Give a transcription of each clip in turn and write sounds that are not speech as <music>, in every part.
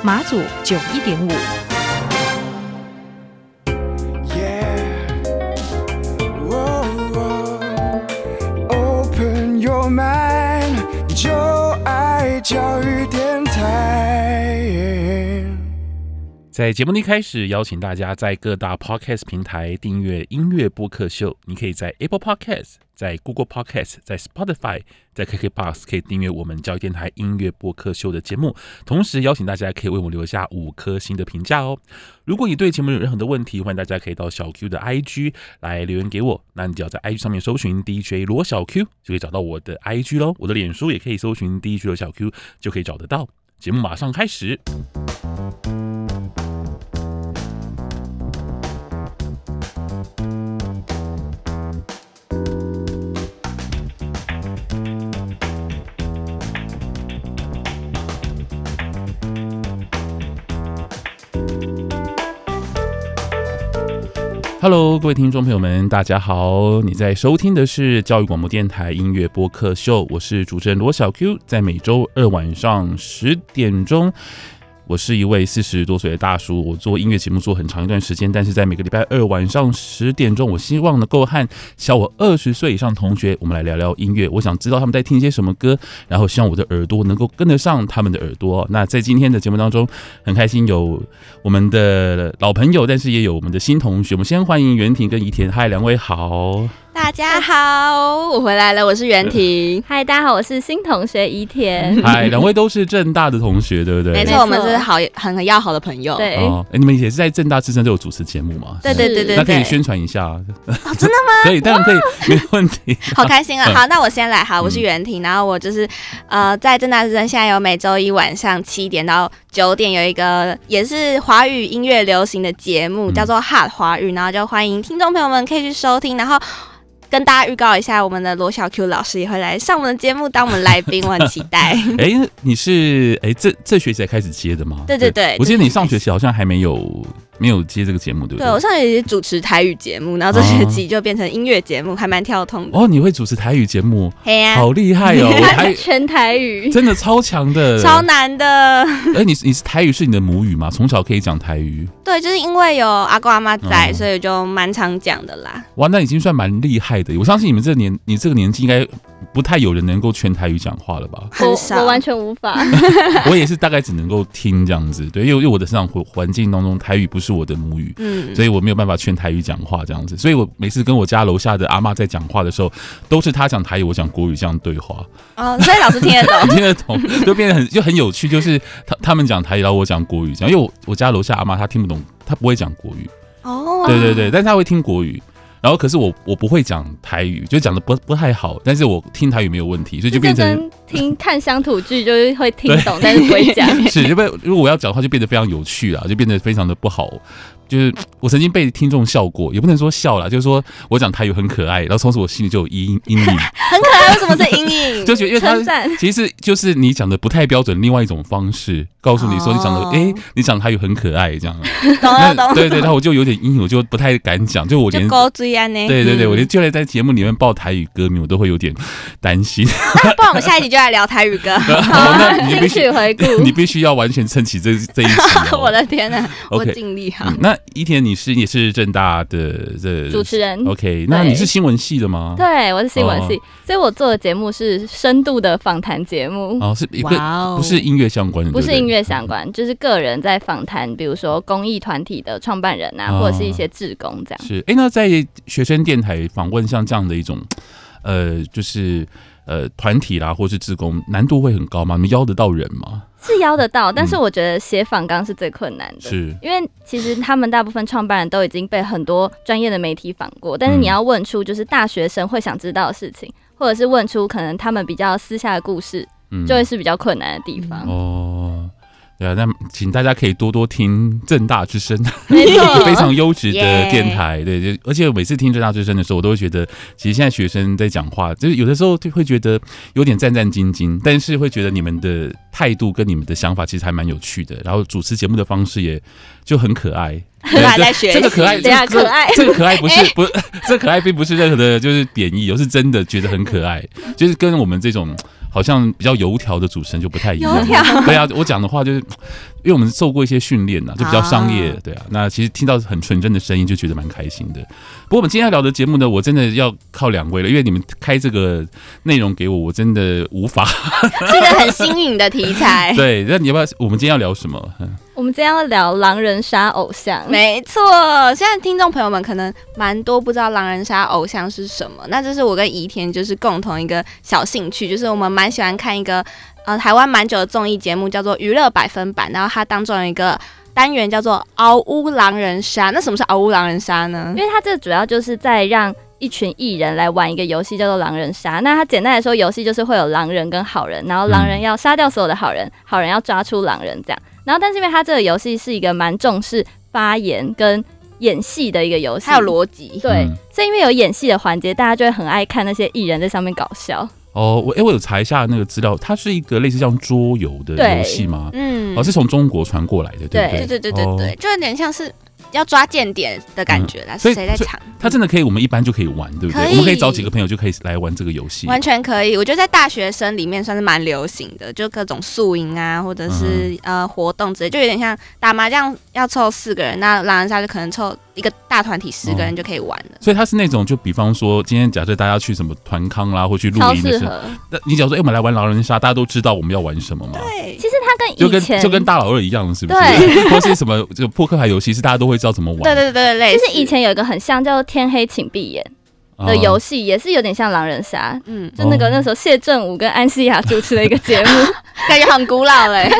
马祖九一点五。 Yeah. Whoa, whoa. Open your mind，就爱教育电台。在节目的一开始，邀请大家在各大 podcast 平台订阅音乐播客秀。你可以在 Apple Podcast、在 Google Podcast、在 Spotify、在 KKBox 可以订阅我们教育电台音乐播客秀的节目。同时，邀请大家可以为我们留下五颗星的评价哦。如果你对节目有任何的问题，欢迎大家可以到小 Q 的 IG 来留言给我。那你只要在 IG 上面搜寻 DJ 罗小 Q 就可以找到我的 IG 喽。我的脸书也可以搜寻 DJ 罗小 Q 就可以找得到。节目马上开始。Hello，各位听众朋友们，大家好！你在收听的是教育广播电台音乐播客秀，我是主持人罗小 Q，在每周二晚上十点钟。我是一位四十多岁的大叔，我做音乐节目做很长一段时间，但是在每个礼拜二晚上十点钟，我希望能够和小我二十岁以上同学，我们来聊聊音乐。我想知道他们在听些什么歌，然后希望我的耳朵能够跟得上他们的耳朵。那在今天的节目当中，很开心有我们的老朋友，但是也有我们的新同学。我们先欢迎袁婷跟怡田，嗨，两位 <laughs> 好。大家好，我回来了，我是袁 <laughs> 婷。嗨，大家好，我是新同学宜 <laughs> 田。嗨，两位都是正大的同学，对不对？没没错，错我们是好很要好的朋友。对，哦，哎你们也是在正大自身都有主持节目吗？对对对对那可以对，宣传一下啊，真的吗？ <laughs> 可以，当然可以，没问 <laughs> 题。好开心啊！嗯好，那我先来。好，我是袁嗯婷，然后我就是呃，在正大之声现在有每周一晚上七点到九点有一个也是华语音乐流行的节目，嗯叫做《哈华语》，然后就欢迎听众朋友们可以去收听，然后。跟大家预告一下，我们的罗小 Q 老师也会来上我们的节目当我们来宾，我很期待。哎、你是哎、这这学期才开始接的吗？对对对我记得你上学期好像还没有没有接这个节目，对不对我上学期主持台语节目，然后这学期就变成音乐节目，还蛮跳通的。啊哦，你会主持台语节目，嘿呀、 <laughs> 好厉害 <laughs> 哦！ <laughs> 我台啊全台语。真的超强的，超难的。哎、你是你是台语是你的母语吗？从小可以讲台语，对，就是因为有阿公阿妈在，嗯所以就蛮常讲的啦。哇，那已经算蛮厉害的。我相信你们这年你这个年纪应该不太有人能够全台语讲话了吧？很少我我完全无法。我也是大概只能够听这样子，对，因为因为我的生长环环境当中，台语不是我的母语，嗯，所以我没有办法全台语讲话这样子，所以我每次跟我家楼下的阿嬷在讲话的时候，都是她讲台语，我讲国语这样对话，哦，所以老师听 <laughs> 得懂。你听得懂，就变得很就很有趣，就是他他们讲台语，然后我讲国语这样，因为我我家楼下阿嬷她听不懂，她不会讲国语，哦，对对对，但是她会听国语。然后可是我我不会讲台语，就讲的不不太好，但是我听台语没有问题，所以 <laughs> 就变成跟听看乡土剧就是会听 <laughs> 懂，但是不会讲。是，因为如果我要讲的话，就变得非常有趣啊，就变得非常的不好。就是我曾经被听众笑过，也不能说笑啦，就是说我讲台语很可爱，然后从此我心里就有阴阴影，很可爱，为什么是阴影？就觉得因为称他赞其实就是你讲的不太标准，另外一种方式告诉你说你讲的，哦诶，你讲台语很可爱这样。懂了哦懂那了，对对，然后我就有点阴影，我就不太敢讲，就我连就。勾追安哎呢。对对对，我连 <laughs> 嗯就连在节目里面报台语歌名，我都会有点担心。那不然我们下一集就来聊台语 <laughs> 歌。 <laughs> 啊好，那你就必金曲须回顾。 <laughs> 你必须要完全撑起这这一集 <laughs> 哦。我的天呐，我 OK 尽力哈嗯。那一田，你是也是正大的这主持人 OK，那对你是新闻系的吗？。对，我是新闻系，哦所以我做的节目是深度的访谈节目。哦，是一个哇哦不是音乐相关的，不是对对嗯音乐相关，就是个人在访谈，比如说公益团体的创办人啊，哦或者是一些志工这样。是，哎、那在学生电台访问像这样的一种，呃，就是呃团体啦，或是志工，难度会很高吗？你们邀得到人吗？是邀得到，嗯但是我觉得写访纲是最困难的。是，因为其实他们大部分创办人都已经被很多专业的媒体访过，但是你要问出就是大学生会想知道的事情，或者是问出可能他们比较私下的故事，嗯就会是比较困难的地方。哦。对啊，那请大家可以多多听正大之 <laughs> 声，没错，非常优质的耶电台。对，就而且每次听正大之声的时候，我都会觉得，其实现在学生在讲话，就是有的时候就会觉得有点战战兢兢，但是会觉得你们的态度跟你们的想法其实还蛮有趣的。然后主持节目的方式也就很可 <laughs> 爱，很爱在啊学这个习可爱，这等一下个可爱这个可爱不 <laughs> 是不，这可爱并不是任何的，就是贬义，我是真的觉得很可爱，就是跟我们这种好像比较油条的主持人就不太一样。油条对啊，我讲的话就是，因为我们受过一些训练呐，就比较商业啊，对啊。那其实听到很纯真的声音，就觉得蛮开心的。不过我们今天要聊的节目呢，我真的要靠两位了，因为你们开这个内容给我，我真的无 <laughs> 法。。<laughs> 是个很新颖的题材对，那你要不要？我们今天要聊什么？哎嗯我们今天要聊狼人杀偶像，没错，现在听众朋友们可能蛮多不知道狼人杀偶像是什么。那这是我跟怡田就是共同一个小兴趣，就是我们蛮喜欢看一个呃台湾蛮久的综艺节目，叫做《娱乐百分百》，然后它当中有一个单元叫做“嗷呜狼人杀”。那什么是嗷呜狼人杀呢因？为它这主要就是在让一群艺人来玩一个游戏，叫做狼人杀。那它简单来说，游戏就是会有狼人跟好人，然后狼人要杀掉所有的好人，好人要抓出狼人这样。然后，但是因为它这个游戏是一个蛮重视发言跟演戏的一个游戏，它有逻辑，对嗯，所以因为有演戏的环节，大家就会很爱看那些艺人在上面搞笑。哦，我哎、我有查一下那个资料，它是一个类似像桌游的对游戏吗？嗯哦，，是从中国传过来的，对不对？对对对对对，哦就有点像是要抓间点的感觉啦，所以是谁在所以抢？它真的可以，我们一般就可以玩，对不对？可以我们可以找几个朋友就可以来玩这个游戏。完全可以，我觉得在大学生里面算是蛮流行的，就各种宿营啊，或者是、嗯呃活动之类，就有点像打麻将要凑四个人，那狼人杀就可能凑一个大团体十嗯个人就可以玩了。所以它是那种，就比方说，今天假设大家去什么团康啦，或去露超营的适时候，合，那你假如说，哎、我们来玩狼人杀，大家都知道我们要玩什么嘛，对其实它就跟以跟前就跟大老二一样，是不是？对或是什么这个扑克牌游戏，是大家都会知道怎么玩。对对对对，类就似是以前有一个很像叫《天黑请闭眼》啊的游戏，也是有点像狼人杀，嗯，就那个哦那时候谢振武跟安西亚主持的一 <laughs> 个节目，感觉很古老欸嘞、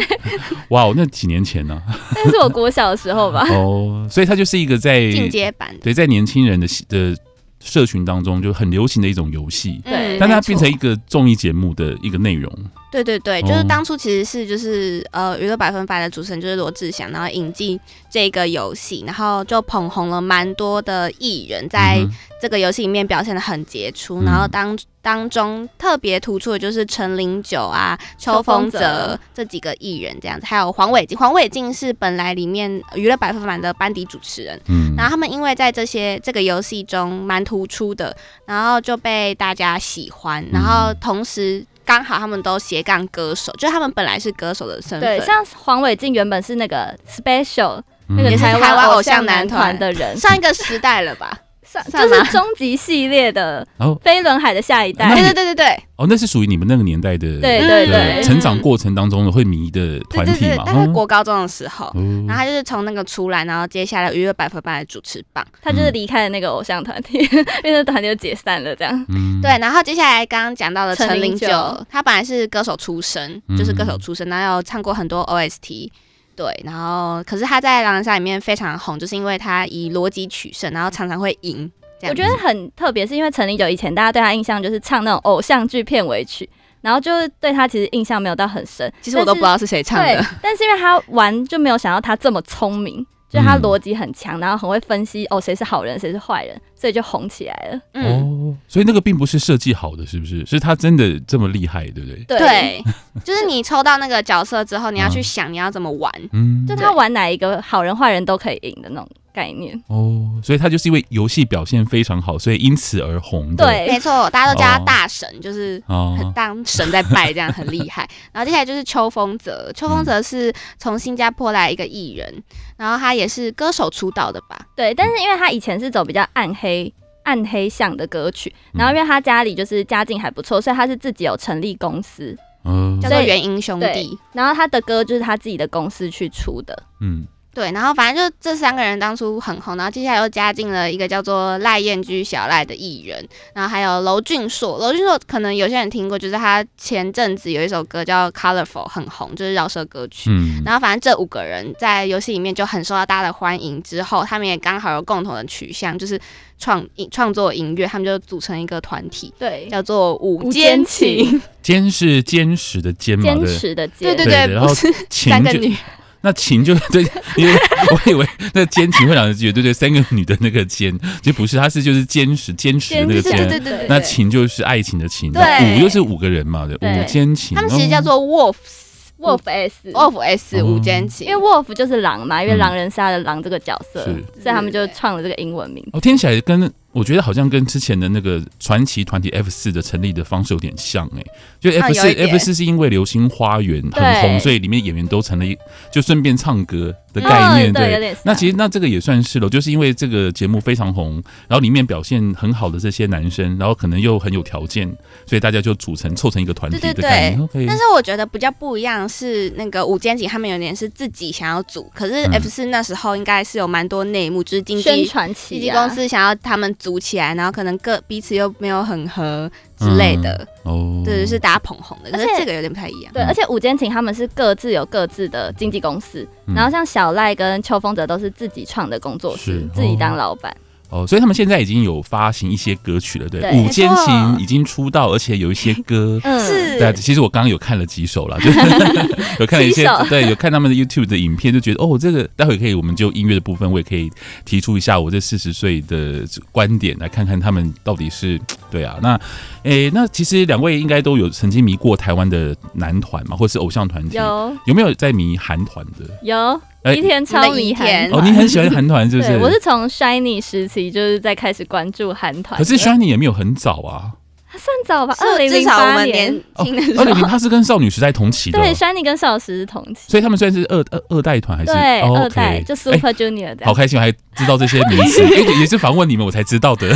哇，那几年前呢、但是我国小的时 <laughs> 候吧，哦，所以它就是一个在进阶版的。对在年轻人的的社群当中就很流行的一种游戏。对但它没变错成一个综艺节目的一个内容，对对对，就是哦当初其实是就是呃娱乐百分百的主持人就是罗志祥，然后引进这个游戏，然后就捧红了蛮多的艺人在嗯哼这个游戏里面表现的很杰出，嗯然后当当中特别突出的就是陈零九啊、秋风秋泽风这几个艺人这样子，还有黄伟晋。黄伟晋是本来里面娱乐百分百的班底主持人，嗯然后他们因为在这些这个游戏中蛮突出的，然后就被大家喜嗯欢，然后同时。刚好他们都斜杠歌手，就是他们本来是歌手的身份对，，像黄伟晋原本是那个 special 嗯那个也是台台湾湾偶偶像像男男团团的人，上一个时代了吧？上算就吗是终极系列的哦飞轮海的下一那嗯代你，对对对对对，哦，那是属于你们那个年代的对对对的对，成长过程当中的会迷的对团对体对嘛，，大概嗯国高中的时候，哦然后他就是从那个出来，然后接下来娱乐百分百的主持棒，他就是离开了那个偶像团体， <laughs> 因为那团体就解散了这样。嗯对，然后接下来刚刚讲到的陈陈零零九九，他本来是歌手出身，就是歌手嗯出身，然后有唱过很多 OST。对，然后可是他在狼人杀里面非常红，就是因为他以逻辑取胜，然后常常会赢。这样我觉得很特别，是因为陈零九以前大家对他印象就是唱那种偶像剧片尾曲，然后就是对他其实印象没有到很深。其实我都不知道是谁唱对的。，但是因为他玩就没有想到他这么聪明，就是他嗯逻辑很强，然后很会分析哦谁是好人谁是坏人，所以就红起来了。嗯，哦，所以那个并不是设计好的，是不是？是他真的这么厉害，对不对？对，对，就是你抽到那个角色之后，你要去嗯想你要怎么玩。嗯就，他玩哪一个好人坏人都可以赢的那种概念。哦，所以他就是因为游戏表现非常好，所以因此而红的。，对，没错，大家都叫他哦大神，就是很哦，当神在拜，这样很厉 <laughs> 害。然后接下来就是秋风泽，秋风嗯泽是从新加坡来一个艺人，然后他也是歌手出道的吧？对，但是因为他以前是走比较暗黑。暗黑向的歌曲，然后因为他家里就是家境还不错，所以他是自己有成立公司，嗯叫做所以元英兄对弟。然后他的歌就是他自己的公司去出的，嗯，对，然后反正就这三个人当初很红，然后接下来又加进了一个叫做赖燕居小赖的艺人，然后还有娄俊硕。娄俊硕可能有些人听过，就是他前阵子有一首歌叫《Colorful》很红，就是饶舌歌曲。嗯，然后反正这五个人在游戏里面就很受到大家的欢迎，之后他们也刚好有共同的取向，就是创创作音乐，他们就组成一个团体，对，叫做五五间间情情。坚是坚实的坚嘛，坚嗯对持的坚，对对对对，然后不是情三个就女， <laughs> 那情就对，因为我以为那坚情会两绝对对三个女的那个坚，其实不是，它是就是坚持坚持的那个坚持坚，对对对对那对。情就是爱情的情，对那五又是五个人嘛，对，对五间情，他们其实叫做 Wolf Wolf S。 Wolf S 哦五间情，因为 Wolf 就是狼嘛，因为嗯狼人杀的狼这个角色，是所以他们就创了这个英文名。哦，听起来跟我觉得好像跟之前的那个传奇团体 F 四的成立的方式有点像哎、就 F 四、啊有一点 F 四是因为《流星花园》很对红，所以里面演员都成了一就顺便唱歌的概念、嗯对有点像那其实那这个也算是了，就是因为这个节目非常红，然后里面表现很好的这些男生，然后可能又很有条件，所以大家就组成凑成一个团体对的对概念。OK，但是我觉得比较不一样是那个五间景，他们有点是自己想要组，可是嗯 F 四那时候应该是有蛮多内幕，就是经宣纪传经期纪啊公，司想要他们组起来，然后可能各彼此又没有很合之嗯类的，哦，对，就是大家捧红的。可而是且这个有点不太一样。嗯对，而且五间情他们是各自有各自的经纪公司，嗯然后像小赖跟秋风者都是自己创的工作室是，自己当老板。哦，所以他们现在已经有发行一些歌曲了，对，对五间没错情已经出道，而且有一些 <laughs> 歌。嗯，是对啊，其实我刚刚有看了几首啦， <laughs> 就是有看了一几些首，对，有看他们的 YouTube 的影片，就觉得哦，这个待会可以，我们就音乐的部分，我也可以提出一下我这四十岁的观点，来看看他们到底是对啊。那诶，那其实两位应该都有曾经迷过台湾的男团嘛，或是偶像团体，有有没有在迷韩团的？有哎一天超迷你的韩一团哦，你很喜欢韩团是不是？对，我是从 Shiny 时期就是在开始关注韩团可的，是 Shiny 也没有很早啊，算早吧，二是零至零少我八们年，年轻 <laughs> 的时哦二候零，零他是跟少女时代同期的，哦对，Shiny 跟少时是同期，所以他们算是二二二代团还是？对，哦二 OK 代就哎 Super Junior 这好样。开心，我还知道这些名 <laughs> 词，因为也是访问你们我才知道的，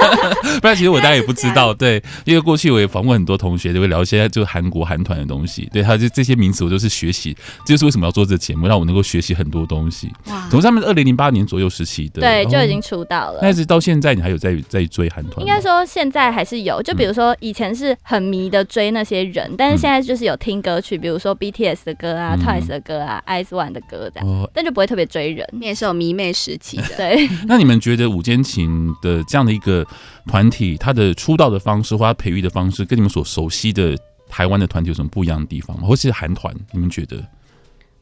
<laughs> 不然其实我大家也不知道。对，因为过去我也访问很多同学，就会聊一些就是韩国韩团的东西，对，还有就这些名词我都是学习，这就是为什么要做这个节目，让我能够学习很多东西。哇总之，他们二零零八年左右时期的，啊对，就已哦经出道了那。一直到现在，你还有在在追韩团吗？应该说现在还是有，就嗯比如说以前是很迷的追那些人，但是现在就是有听歌曲，比如说 BTS 的歌啊、嗯 Twice 的歌啊、Ice One 的歌这样，哦，嗯但就不会特别追人。你也是有迷妹时期的。对， <laughs> 那你们觉得五间情的这样的一个团体，它的出道的方式或它培育的方式，跟你们所熟悉的台湾的团体有什么不一样的地方吗？或是韩团，你们觉得？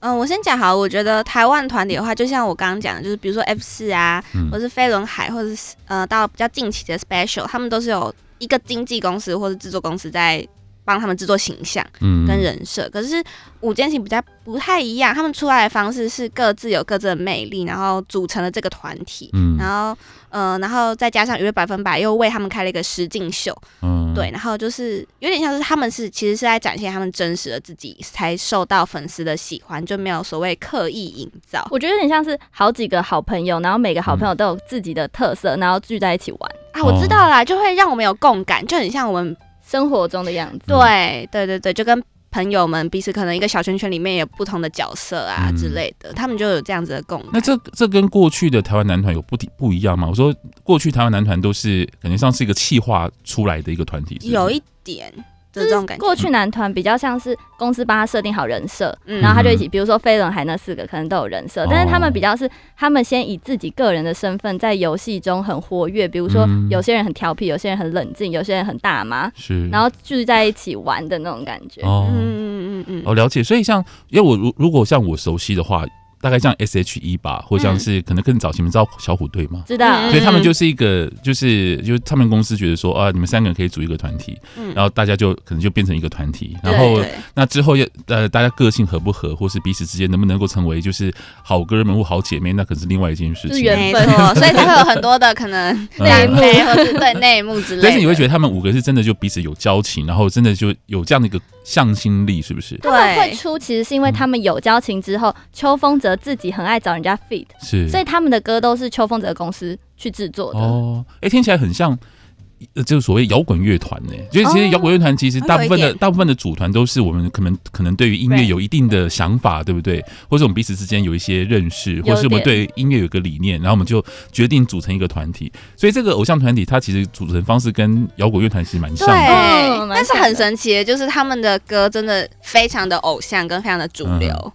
嗯，我先讲好，我觉得台湾团体的话，就像我刚刚讲的，就是比如说 F 四啊，嗯或是飞轮海，或者是呃到比较近期的 Special，他们都是有一个经纪公司或者制作公司在帮他们制作形象嗯跟人设。可是五间情比较不太一样，他们出来的方式是各自有各自的魅力，然后组成了这个团体。嗯然后，呃，然后再加上娱乐百分百又为他们开了一个实境秀，嗯对，，然后就是有点像是他们是其实是在展现他们真实的自己，才受到粉丝的喜欢，就没有所谓刻意营造。我觉得有点像是好几个好朋友，然后每个好嗯朋友都有自己的特色，然后聚在一起玩哦啊，我知道啦，就会让我们有共感，就很像我嗯们生活中的样子。对对对对，就跟朋友们彼此可能一个小圈圈里面有不同的角色啊、嗯之类的，他们就有这样子的共感。那这这跟过去的台湾男团有不不一样吗？我说过去台湾男团都是感觉像是一个气化出来的一个团体，是不是有一点的这种感觉，过去男团比较像是公司帮他设定好人设，嗯然后他就一起，比如说飞轮海那四个可能都有人设哦，但是他们比较是他们先以自己个人的身份在游戏中很活跃，比如说嗯有些人很调皮，有些人很冷静，有些人很大妈，是，然后聚在一起玩的那种感觉。哦。嗯嗯嗯哦，嗯，了解。所以像，因为我如如果像我熟悉的话，大概像 S.H.E 吧，或像是可能更早期，你们知道小虎队吗？知道嗯所以他们就是一个，就是就是他们公司觉得说，啊，你们三个人可以组一个团体，嗯然后大家就可能就变成一个团体，对然后对那之后要呃大家个性合不合，或是彼此之间能不能够成为就是好哥们或好姐妹，那可是另外一件事是情。缘没分错，所以才会有很多的可能 <laughs> 嗯搭配或是对内幕之类的。但是你会觉得他们五个是真的就彼此有交情，然后真的就有这样的一个向心力，是不是？他们会对出，其实是因嗯为他们有交情之后，秋风泽自己很爱找人家 feed，是。所以他们的歌都是秋风泽公司去制作的。哦哦，哎、听起来很像呃就是所谓摇滚乐团呢，所以其实哦摇滚乐团其实大部分有一的点大部分的组团都是我们可能可能对于音乐 Right 有一定的想法，对不对？或者我们彼此之间有一些认识，或是我们点对音乐有个理念，然后我们就决定组成一个团体。所以这个偶像团体它其实组成方式跟摇滚乐团其实蛮对像的。，嗯但是蛮像很的神奇的，就是他们的歌真的非常的偶像，跟非常的主流。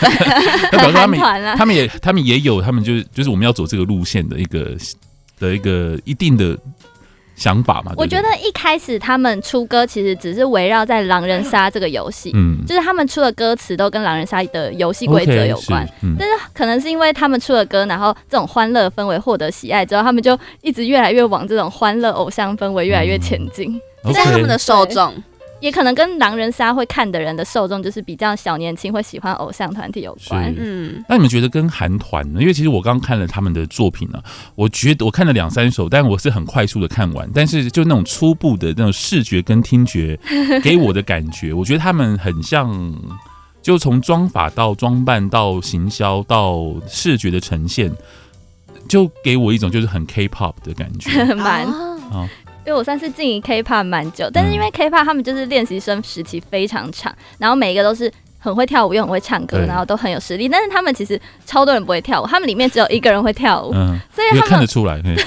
那表示他韩们团啦，他们也他们也有他们就是就是我们要走这个路线的一个的一个一定的想法嘛。对不我觉对得一开始他们出歌其实只是围绕在狼人杀这个游戏，嗯，就是他们出的歌词都跟狼人杀的游戏规则 OK，有关是。嗯但是可能是因为他们出了歌，然后这种欢乐氛围获得喜爱之后，他们就一直越来越往这种欢乐偶像氛围越来越前进。嗯这是他们的受众，也可能跟狼人杀会看的人的受众就是比较小年轻会喜欢偶像团体有关。是嗯，那你们觉得跟韩团呢？因为其实我刚看了他们的作品啊，我觉得我看了两三首，但我是很快速的看完。但是就那种初步的那种视觉跟听觉给我的感觉，我觉得他们很像，就从妆法到装扮到行销到视觉的呈现，就给我一种就是很 K-pop 的感觉。 <laughs> 蛮，哦因为我算是经营 K-pop 蛮久，嗯但是因为 K-pop 他们就是练习生时期非常长，然后每一个都是很会跳舞又很会唱歌，对然后都很有实力。但是他们其实超多人不会跳舞，他们里面只有一个人会跳舞，嗯，所因以为他看们得出来，对，这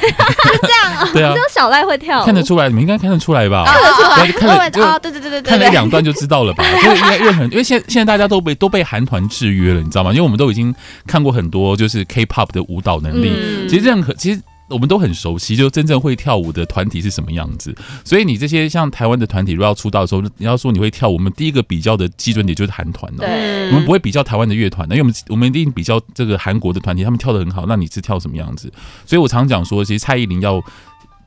样啊，对啊只，有小赖会跳舞。看得出来，你们应该看得出来吧？看得出对看得就哦，对对对对对看了一对，两段就知道了 <laughs> 吧？就是因为因为很，因为现现在大家都被都被韩团制约了，你知道吗？因为我们都已经看过很多就是 K-pop 的舞蹈能力，嗯其实任何其实。我们都很熟悉，就真正会跳舞的团体是什么样子。所以你这些像台湾的团体，如果要出道的时候，你要说你会跳舞，我们第一个比较的基准点就是韩团了。对嗯我们不会比较台湾的乐团的，因为我们我们一定比较这个韩国的团体，他们跳的很好，那你是跳什么样子？所以我常讲说，其实蔡依林要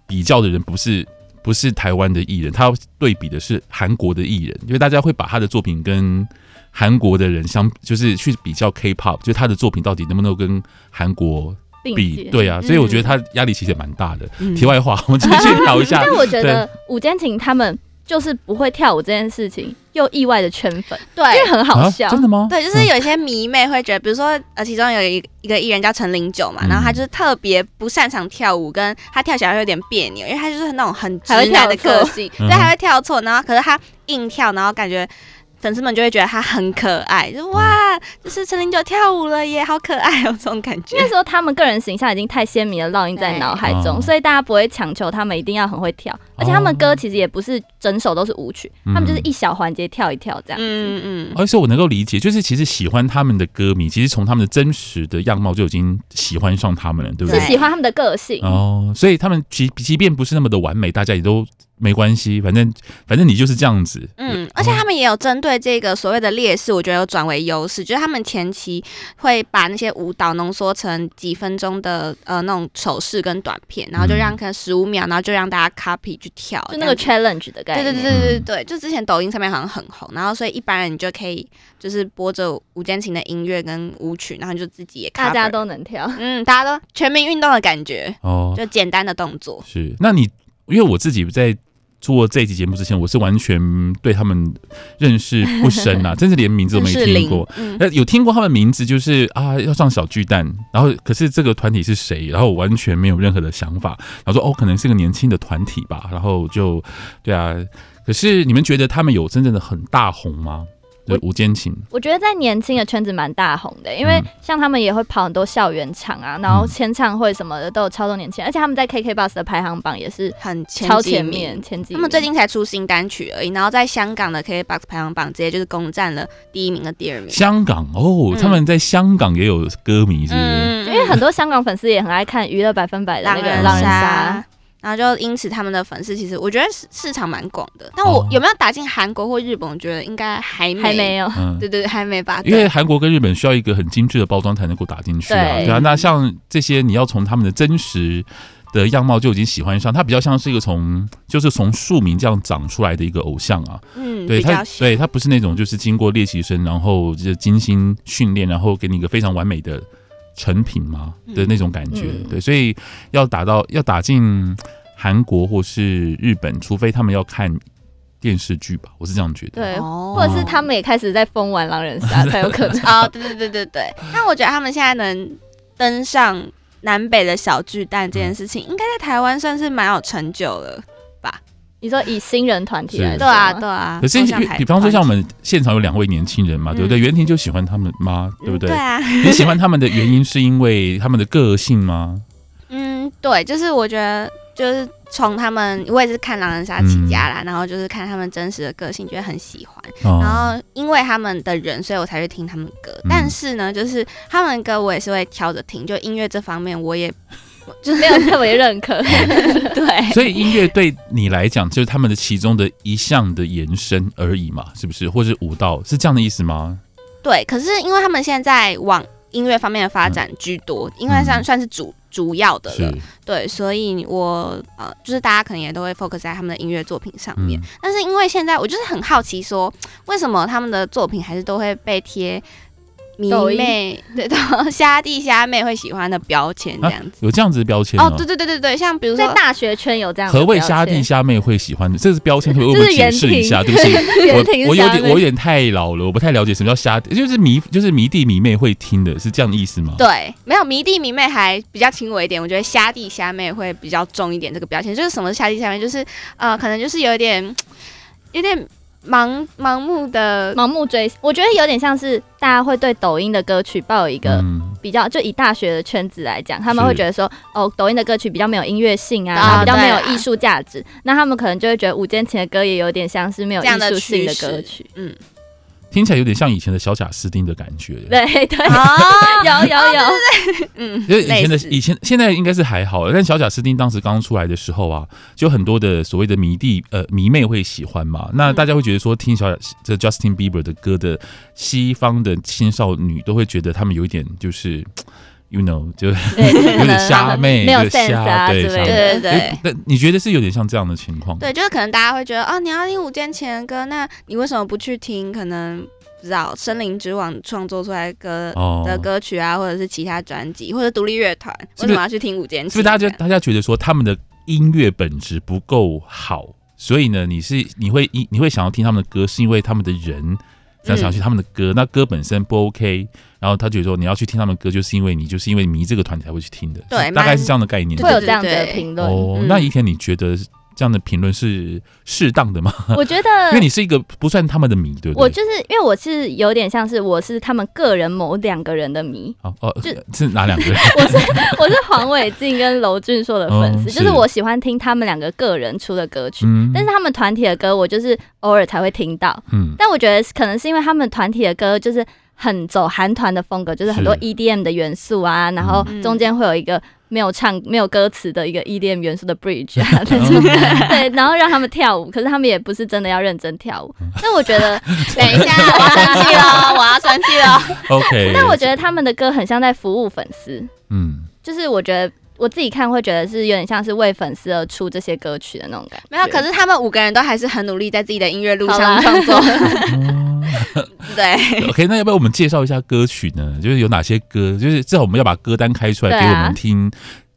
比较的人不是不是台湾的艺人，她要对比的是韩国的艺人，因为大家会把她的作品跟韩国的人相，就是去比较 K-pop，就是她的作品到底能不能够跟韩国并比？且对啊，所以我觉得嗯她压力其实也蛮大的。题外话，我们继续聊一 <laughs> 下嗯但。我觉得五间情他们就是不会跳舞这件事情，又意外的圈粉，因为对很好笑。啊真的吗？对，就是有一些迷妹会觉得，比如说呃，其中有一一个艺人叫陈零九嘛，嗯然后他就是特别不擅长跳舞，跟他跳起来会有点别扭，因为他就是那种很直还会男跳的错个性，嗯对，还会跳错，然后可是他硬跳，然后感觉。粉丝们就会觉得他很可爱，就哇，就是陈零九跳舞了耶，好可爱哦，这种感觉 <laughs> 那。时候他们个人形象已经太鲜明的烙印在脑海中，对所以大家不会强求他们一定要很会跳，而且他们歌其实也不是整首都是舞曲，哦嗯他们就是一小环节跳一跳这样。嗯嗯，而且我能够理解，就是其实喜欢他们的歌迷，其实从他们的真实的样貌就已经喜欢上他们了，对不是对？喜欢他们的个性，哦，所以他们即即便不是那么的完美，大家也都没关系，反正反正你就是这样子。嗯，而且他们也有针对这个所谓的劣势，我觉得有转为优势，就是他们前期会把那些舞蹈浓缩成几分钟的呃那种手势跟短片，然后就让可能十五秒，然后就让大家 copy 去跳，就那个哦这样子 challenge 的概对念。对对对嗯对对，就之前抖音上面好像很红，然后所以一般人你就可以就是播着吴建琴的音乐跟舞曲，然后你就自己也 cover, 大家都能跳。嗯，大家都全民运动的感觉，哦，就简单的动作，是，那你因为我自己在做这一期节目之前，我是完全对他们认识不深啊，真是连名字都没是听零过。，嗯，呃，有听过他们名字，就是啊，要上小巨蛋，然后可是这个团体是谁，然后我完全没有任何的想法，然后说哦，可能是个年轻的团体吧，然后就对啊，可是你们觉得他们有真正的很大红吗？对，吴坚情，我觉得在年轻的圈子蛮大红的，因为嗯像他们也会跑很多校园场啊，然嗯后签唱会什么的都有超多年轻人，而且他们在 KK Bus 的排行榜也是很前超几前名面，前几名。他们最近才出新单曲而已，然后在香港的 KBox 排行榜直接就是攻占了第一名跟第二名。香港哦，他们在香港也有歌迷，是不是？嗯，因为很多香港粉丝也很爱看《娱乐百分百》的那狼个人狼人杀杀，，然后就因此他们的粉丝其实我觉得市市场蛮广的，但我哦有没有打进韩国或日本，我觉得应该还没，还没有。嗯对对对，还没吧？因为对韩国跟日本需要一个很精致的包装才能够打进去啊，对对啊。那像这些，你要从他们的真实的样貌就已经喜欢上，他比较像是一个从就是从庶民这样长出来的一个偶像啊。嗯，对比他较，小，对他不是那种就是经过练习生，然后就是精心训练，然后给你一个非常完美的成品嘛的那种感觉。嗯对，所以要打到要打进韩国或是日本，除非他们要看电视剧吧，我是这样觉得。对，哦或者是他们也开始在疯 <laughs> 玩狼人杀才有可能。哦，对对对对对。那我觉得他们现在能登上南北的小巨蛋这件嗯事情，应该在台湾算是蛮有成就了。你说以新人团体来是说对吗啊，对啊。可是偶像台比方说像我团们现场有两位年轻人嘛，对不对？嗯袁婷就喜欢他们吗？体对不对？嗯对啊，你喜欢他们的原因是因为他们的个性吗？嗯，对，就是我觉得就是从他们，我也是看狼人杀嗯起家啦，然后就是看他们真实的个性，觉得很喜欢。哦 <laughs> 然后因为他们的人，所以我才去听他们歌。嗯但是呢，就是他们歌我也是会挑着听，就音乐这方面我也就是没有特别认 <laughs> 可，对， <laughs> 所以音乐对你来讲就是他们的其中的一项的延伸而已嘛，是不是？或是舞蹈是这样的意思吗？对，可是因为他们现在往音乐方面的发展居多，因为算嗯算是主主要的了是。，对，所以我呃，就是大家可能也都会 focus 在他们的音乐作品上面。嗯但是因为现在我就是很好奇说，为什么他们的作品还是都会被贴迷抖音妹、对的 <laughs> 虾弟虾妹会喜欢的标签这样子？有这样子的标签哦，哦对。对对对对，像比如在说。大学圈有这样的何谓标虾弟签？虾妹会喜欢的？这是标签，可不可以为我这们是解原释一下？对题不起， <laughs> 原我婷 <laughs> 我有虾点妹我有点太老了，我不太了解什么叫虾，就是迷就是迷弟迷妹会听的，是这样的意思吗？对，没有迷弟迷妹还比较轻微一点，我觉得虾弟虾妹会比较重一点这个标签。就是什么是虾弟虾妹，就是呃，可能就是有一点有点盲盲目的盲目追，我觉得有点像是大家会对抖音的歌曲抱有一个嗯，比较，就以大学的圈子来讲，他们是会觉得说，哦，抖音的歌曲比较没有音乐性啊啊，然后比较没有对啦艺术价值，那他们可能就会觉得五间琴的歌也有点像是没有这艺样的术性的趋势歌曲，嗯，听起来有点像以前的小贾斯汀的感觉。对对，哦， <laughs> 有有有，嗯，因为以前的类似以前现在应该是还好，但小贾斯汀当时刚出来的时候啊，就很多的所谓的迷弟呃迷妹会喜欢嘛。嗯那大家会觉得说，听小贾这 Justin Bieber 的歌的西方的青少女都会觉得他们有一点就是，you know，就对，就是有可点能他虾们妹，没有就是 sense 虾啊对之类虾的。对对对诶。但你觉得是有点像这样的情况？对，就是可能大家会觉得，哦，你要听五间前的歌，那你为什么不去听？可能不知道《森林之王》创作出来的歌、哦的歌曲啊，或者是其他专辑，或者独立乐团，是不是为什么要去听五间 <laughs> 是不是前？大家就大家觉得说他们的音乐本质不够好，所以呢，你是你会你你会想要听他们的歌，是因为他们的人想想去他们的歌，那歌本身不 OK，然后他觉得说你要去听他们的歌，就是因为你就是因为迷这个团才会去听的，对是大概蛮是这样的概念。会有对这样子的对评论，哦，嗯那以前你觉得这样的评论是适当的吗？我觉因为得你是一个不算他们的迷，对不嗯我对？就是因为我是有点像是我是他们个人某两个人的迷， <laughs> 哦哦就是哪两个 <laughs> 人？我是我是黄伟晋跟娄俊硕的粉丝，嗯就是是我喜欢听他们两个个人出的歌曲，嗯但是他们团体的歌我就是偶尔才会听到。嗯但我觉得可能是因为他们团体的歌就是很走韩团的风格，就是很多是 EDM 的元素啊，然后嗯中间会有一个没有唱没有歌词的一个 EDM 元素的 bridge 啊，那种对，然后让他们跳舞，可是他们也不是真的要认真跳舞。那我觉得，等一下，我要生气了，我要生气了。 ，OK。但我觉得他们的歌很像在服务粉丝。嗯，就是我觉得我自己看会觉得是有点像是为粉丝而出这些歌曲的那种感觉。没有，可是他们五个人都还是很努力，在自己的音乐路好啦上创作。对， <laughs> OK，那要不要我们介绍一下歌曲呢？就是有哪些歌？就是至少我们要把歌单开出来给对我啊们听。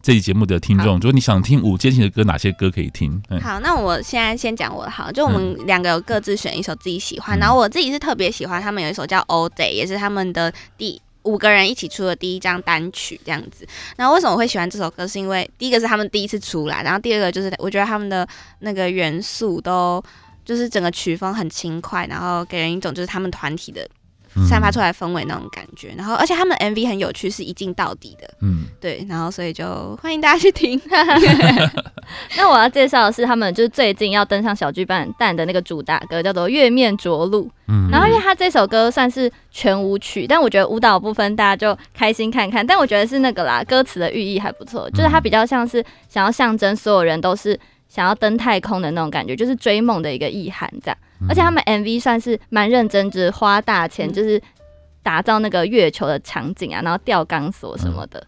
这期节目的听众，如果你想听五间琴的歌，哪些歌可以听？嗯，好，那我现在先讲我的好，就我们两个有各自选一首自己喜欢，嗯然后我自己是特别喜欢他们有一首叫《All Day》，也是他们的第五个人一起出的第一张单曲这样子。然后为什么我会喜欢这首歌，是因为第一个是他们第一次出来，然后第二个就是我觉得他们的那个元素都就是整个曲风很轻快，然后给人一种就是他们团体的嗯散发出来氛围那种感觉。然后而且他们 MV 很有趣，是一镜到底的，嗯，对。然后所以就欢迎大家去听。那我要介绍的是他们就是最近要登上小巨蛋蛋的那个主打歌，叫做《月面着陆》。嗯然后因为他这首歌算是全舞曲，但我觉得舞蹈部分大家就开心看看。但我觉得是那个啦，歌词的寓意还不错，就是它比较像是想要象征所有人都是想要登太空的那种感觉，就是追梦的一个意涵这样。嗯而且他们 MV 算是蛮认真，就是花大钱，嗯就是打造那个月球的场景啊，然后吊钢索什么的。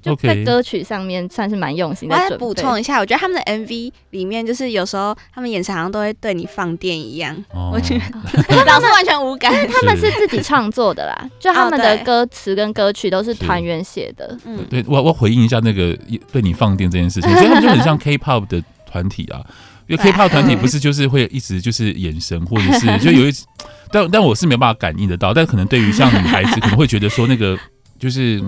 就 OK 在歌曲上面算是蛮用心我的再准备。补充一下，我觉得他们的 MV 里面，就是有时候他们眼神好像都会对你放电一样，哦我觉得老是完全无感。他们是自己创作的啦，就他们哦的对歌词跟歌曲都是是团员写的。嗯，对我我回应一下那个对你放电这件事 <laughs> 情，所以他们就很像 K-pop 的团体啊。因为对 K-pop 团体嗯不是就是会一直就是眼神或者 <laughs> 是就有一， <laughs> 但但我是没有办法感应得到，但可能对于像女孩子可能会觉得说那个就是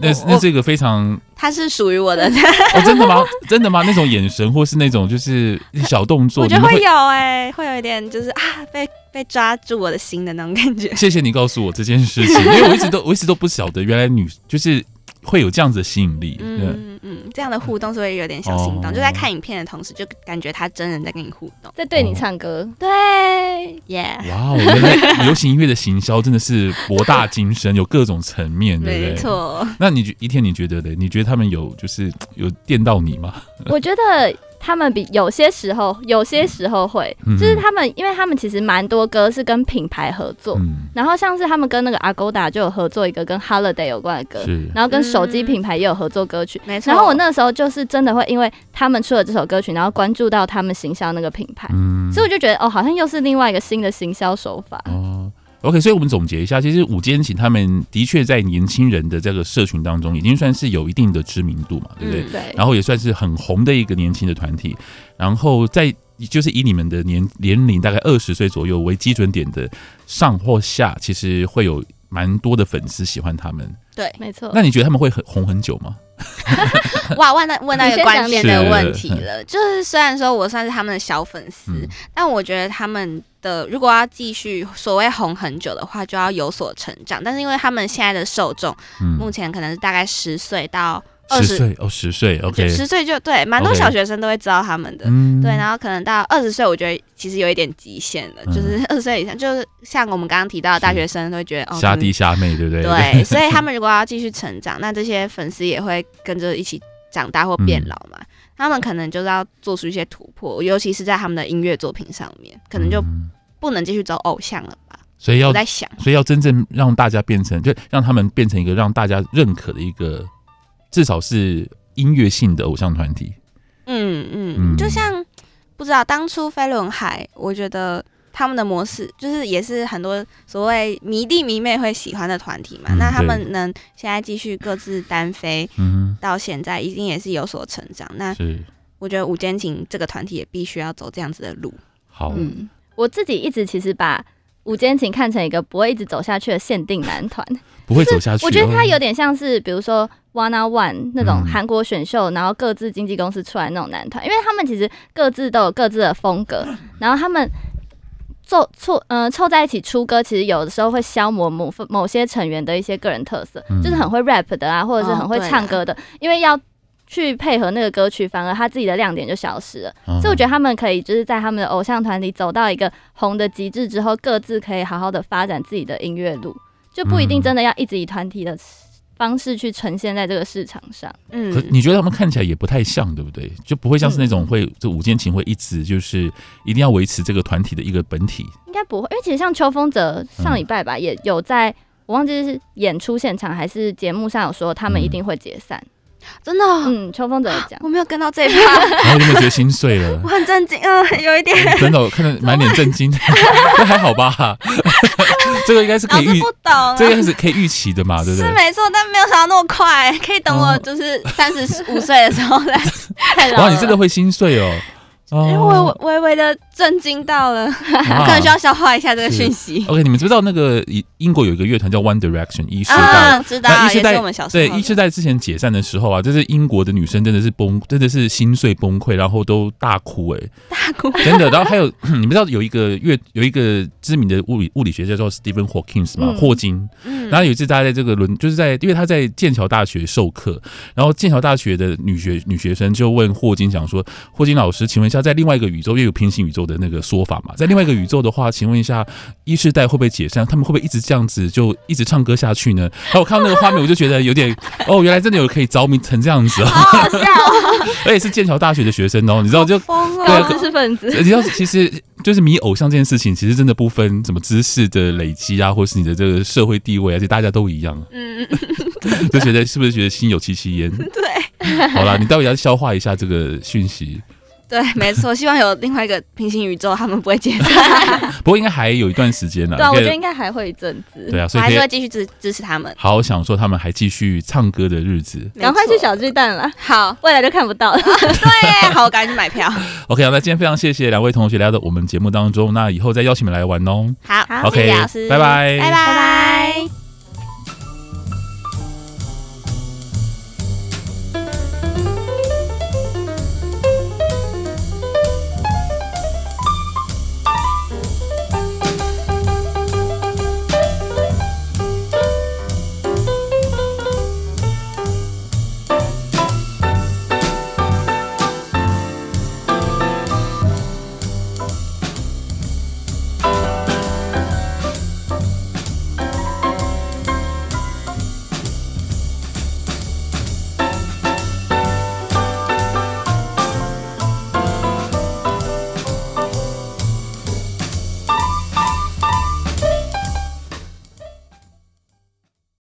那我那是一个非常它是属于我的， <laughs> 哦，真的吗？真的吗？那种眼神或是那种就是小动作，我你觉得们会会。有哎、会有一点就是啊，被被抓住我的心的那种感觉。谢谢你告诉我这件事情，因为我一直都我一直都不晓得，原来女就是会有这样子的吸引力。嗯，嗯嗯嗯，这样的互动是会有点小心动，哦就在看影片的同时，就感觉他真人在跟你互动。在对你唱歌，对，耶、哇哦，原来流行音乐的行销真的是博大精深，有各种层面，对不对？没。错。那你觉一天你觉得嘞？你觉得他们有就是有电到你吗？我觉得他们比有些时候，有些时候会，嗯就是他们，因为他们其实蛮多歌是跟品牌合作，嗯，然后像是他们跟那个 Agoda 就有合作一个跟 Holiday 有关的歌，是。然后跟手机品牌也有合作歌曲。嗯没错。然后我那时候就是真的会因为他们出了这首歌曲，然后关注到他们行销那个品牌，嗯所以我就觉得哦，好像又是另外一个新的行销手法。哦，OK，所以我们总结一下，其实午间情他们的确在年轻人的这个社群当中，已经算是有一定的知名度嘛，对不对？嗯对，然后也算是很红的一个年轻的团体，然后在就是以你们的年年龄大概二十岁左右为基准点的上或下，其实会有蛮多的粉丝喜欢他们。对，没错。那你觉得他们会很红很久吗？ <laughs> 哇，问到问到一个你先关键的讲问题了，就是虽然说我算是他们的小粉丝，嗯但我觉得他们的如果要继续所谓红很久的话，就要有所成长。但是因为他们现在的受众，目嗯，前可能是大概十岁到二十十岁哦，十岁，OK，十岁就对，蛮多 OK 小学生都会知道他们的。嗯对，然后可能到二十岁，我觉得其实有一点极限了，嗯就是二十岁以上，就是像我们刚刚提到的大学生都会觉得哦，虾真的弟虾妹，对不对？ <laughs> 对，所以他们如果要继续成长，那这些粉丝也会跟着一起长大或变老嗯嘛。他们可能就是要做出一些突破，尤其是在他们的音乐作品上面，可能就嗯不能继续走偶像了吧。所以要我在想，所以要真正让大家变成，就让他们变成一个让大家认可的一个，至少是音乐性的偶像团体。嗯嗯，嗯就像不知道当初飞轮海，我觉得他们的模式就是也是很多所谓迷弟迷妹会喜欢的团体嘛。嗯那他对们能现在继续各自单飞嗯到现在，一定也是有所成长。那哼，是我觉得五间情这个团体也必须要走这样子的路。好，嗯，我自己一直其实把午间情看成一个不会一直走下去的限定男团，不会走下去。我觉得它哦有点像是，比如说 One on One 那种嗯韩国选秀，然后各自经纪公司出来那种男团，因为他们其实各自都有各自的风格，然后他们做凑嗯凑在一起出歌，其实有的时候会消磨某某些成员的一些个人特色，嗯就是很会 rap 的啊，或者是很会哦对啊唱歌的，因为要。去配合那个歌曲，反而他自己的亮点就消失了。嗯所以我觉得他们可以就是在他们的偶像团体走到一个红的极致之后，各自可以好好的发展自己的音乐路，就不一定真的要一直以团体的方式去呈现在这个市场上。嗯可你觉得他们看起来也不太像，对不对？就不会像是那种会这五间情会一直就是一定要维持这个团体的一个本体。应该不会，因为其实像秋风者上礼拜吧，也有在我忘记是演出现场还是节目上有说他们一定会解散。真的哦、嗯，秋风者有 <laughs> 讲我。没有跟到这一 <laughs> 趴，然后你们觉得心碎 <laughs> 了我，很震惊，嗯、有一点真的，我看得满脸震惊。 <laughs> 那还好吧， <laughs> 这个应该是老可以师预不，懂、啊。这个是可以预期的嘛，对不是对？没错，但没有想到那么快，可以 <laughs> 等我哦就是三十五岁的时候来太老 <laughs> 哇，了你真的会心碎哦。因为哦我，微微的震惊到了，啊可能需要消化一下这个讯息。 OK，你们知不知道那个英英国有一个乐团叫 One Direction 一世代？啊，知道那，一世也是代我们小时候对的。一世代之前解散的时候啊，就是英国的女生真的是崩，真的是心碎崩溃，然后都大哭哎、大哭， <laughs> 真的。然后还有， <clears throat> 你们知道有一个乐有一个知名的物理物理学家叫 Stephen Hawking 吗？嗯霍金。嗯然后有一次，他在这个伦，就是在因为他在剑桥大学授课，然后剑桥大学的女学女学生就问霍金，想说，霍金老师，请问一下，在另外一个宇宙，因为有平行宇宙的那个说法嘛，在另外一个宇宙的话，请问一下，一世代会不会解散？他们会不会一直这样子就一直唱歌下去呢？然后我看到那个画面，我就觉得有点，哦，原来真的有可以着迷成这样子哦，好好笑哦，而且是剑桥大学的学生哦，你知道就疯对啊高了知。识 <laughs> 分子，你知道，其实就是迷偶像这件事情，其实真的不分什么知识的累积啊，或是你的这个社会地位啊，而且大家都一样。嗯， <laughs> 就觉得是不是觉得心有戚戚焉？对好啦，你到底要消化一下这个讯息。对，没错。希望有另外一个平行宇宙，他们不会解散，不过应该还有一段时间呢，对啊，我可以觉得应该还会一阵子。对啊，我所以还是可会以继续支支持他们。好好享受他们还继续唱歌的日子。赶快没去错小巨蛋啦，好，未来就看不到了。对，好，我赶紧去买票。 OK 啊，那今天非常谢谢两位同学来到我们节目当中，那以后再邀请你们来玩哦。好 OK，谢谢老师，拜拜拜拜拜